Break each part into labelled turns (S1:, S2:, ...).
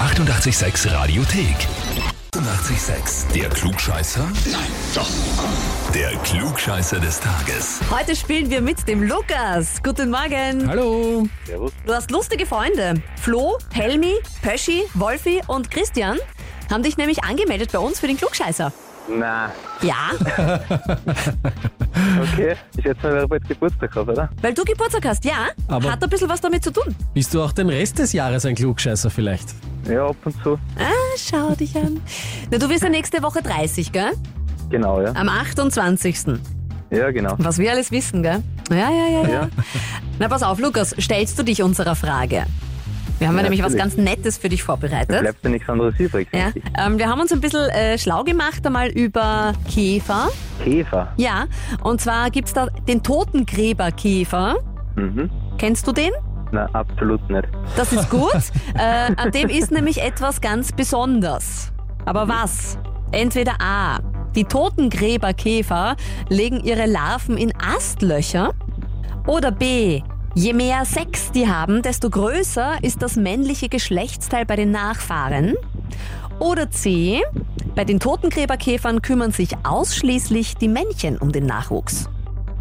S1: 886 Radiothek. 886, der Klugscheißer? Nein, doch. Der Klugscheißer des Tages.
S2: Heute spielen wir mit dem Lukas. Guten Morgen.
S3: Hallo.
S4: Servus.
S2: Du hast lustige Freunde. Flo, Helmi, Pöschi, Wolfi und Christian haben dich nämlich angemeldet bei uns für den Klugscheißer.
S4: Na,
S2: Ja,
S4: okay. Ich schätze mal, wer bald Geburtstag hat, oder?
S2: weil du Geburtstag hast, ja.
S3: Aber-
S2: Hat ein bisschen was damit zu tun.
S3: Bist du auch den Rest des Jahres ein Klugscheißer vielleicht?
S4: Ja, ab und zu.
S2: Ah, schau dich an. Na, du wirst ja nächste Woche 30, gell?
S4: Genau, ja.
S2: Am 28.
S4: Ja, genau.
S2: Ah. Was wir alles wissen, gell? Ja, ja, ja, ja.
S4: Ja.
S2: Na, pass auf, Lukas, stellst du dich unserer Frage? Wir haben ja,
S4: Ja,
S2: nämlich was ganz
S4: natürlich.
S2: Nettes für dich vorbereitet.
S4: Bleibt mir nichts anderes übrig.
S2: Ja,
S4: denke
S2: ähm, wir haben uns ein bisschen äh, schlau gemacht einmal über Käfer.
S4: ich. Käfer.
S2: Ja, und zwar gibt's da den Totengräberkäfer.
S4: Mhm.
S2: Kennst du den?
S4: Na, absolut nicht.
S2: Das ist gut. äh, an dem ist nämlich etwas ganz Besonderes. Aber was? Entweder A. Die Totengräberkäfer legen ihre Larven in Astlöcher. Oder B. Je mehr Sex die haben, desto größer ist das männliche Geschlechtsteil bei den Nachfahren. Oder C. Bei den Totengräberkäfern kümmern sich ausschließlich die Männchen um den Nachwuchs.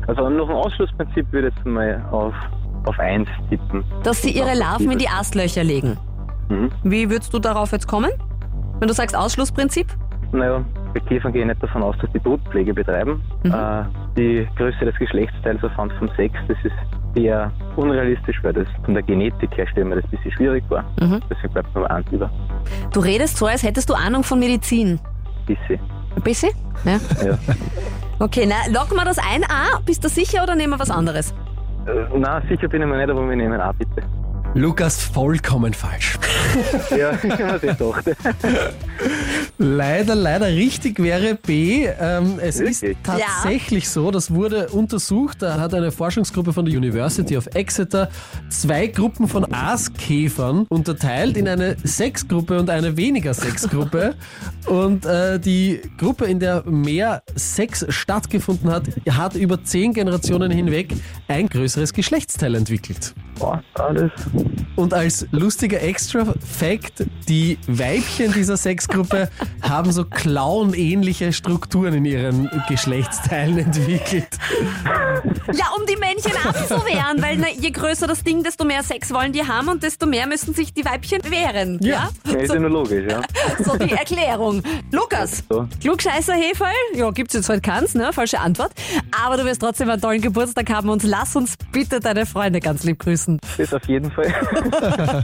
S4: Also nach dem Ausschlussprinzip würde ich jetzt mal auf, auf 1 tippen.
S2: Dass sie ihre Larven in die Astlöcher legen.
S4: Mhm.
S2: Wie würdest du darauf jetzt kommen? Wenn du sagst Ausschlussprinzip?
S4: Naja, bei Käfern gehe ich nicht davon aus, dass die Brutpflege betreiben.
S2: Mhm.
S4: Äh, die Größe des Geschlechtsteils anhand vom Sex, das ist eher unrealistisch, weil das von der Genetik her stellen wir das ein bisschen schwierig vor.
S2: Mhm.
S4: Deswegen bleibt nur eins über.
S2: Du redest so, als hättest du Ahnung von Medizin.
S4: Bisschen.
S2: Ein bisschen? Ja.
S4: Ja.
S2: Okay, na, locken wir das ein. Ah, bist du sicher oder nehmen wir was anderes?
S4: Äh, Na, sicher bin ich mir nicht, aber wir nehmen auch bitte.
S3: Lukas, vollkommen falsch.
S4: Ja, das dachte
S3: Leider, leider richtig wäre B. Ähm, es ist
S4: Wirklich?
S3: tatsächlich so, das wurde untersucht. Da hat eine Forschungsgruppe von der University of Exeter zwei Gruppen von Aaskäfern unterteilt in eine Sexgruppe und eine weniger Sexgruppe. und äh, die Gruppe, in der mehr Sex stattgefunden hat, hat über zehn Generationen hinweg ein größeres Geschlechtsteil entwickelt.
S4: Boah, alles.
S3: Und als lustiger Extra-Fact, die Weibchen dieser Sexgruppe haben so Clown-ähnliche Strukturen in ihren Geschlechtsteilen entwickelt.
S2: Ja, um die Männchen abzuwehren, weil na, je größer das Ding, desto mehr Sex wollen die haben und desto mehr müssen sich die Weibchen wehren. Ja.
S3: Ja.
S4: Ja, ist ja nur logisch, ja.
S2: So die Erklärung. Lukas,
S4: So.
S2: klugscheißer Heferl, ja, gibt's jetzt heute keins, ne? Falsche Antwort. Aber du wirst trotzdem einen tollen Geburtstag haben und lass uns bitte deine Freunde ganz lieb grüßen.
S4: Das auf jeden Fall.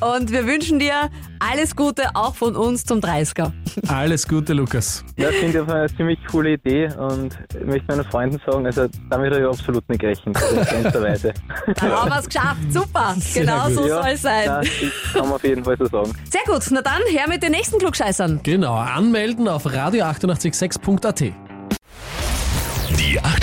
S2: Und wir wünschen dir alles Gute auch von uns zum 30er.
S3: Alles Gute, Lukas.
S4: Das finde ich auf eine ziemlich coole Idee und ich möchte meinen Freunden sagen, also damit habe ich absolut nicht gerechnet. Also in keinster Weise.
S2: Dann haben wir es geschafft. Super.
S3: Sehr
S2: Genau
S3: gut.
S2: so
S4: Ja,
S2: soll es sein.
S4: nein, das kann man auf jeden Fall so sagen.
S2: Sehr gut. Na dann, her mit den nächsten Klugscheißern.
S3: Genau, anmelden auf radio886.at.
S1: Die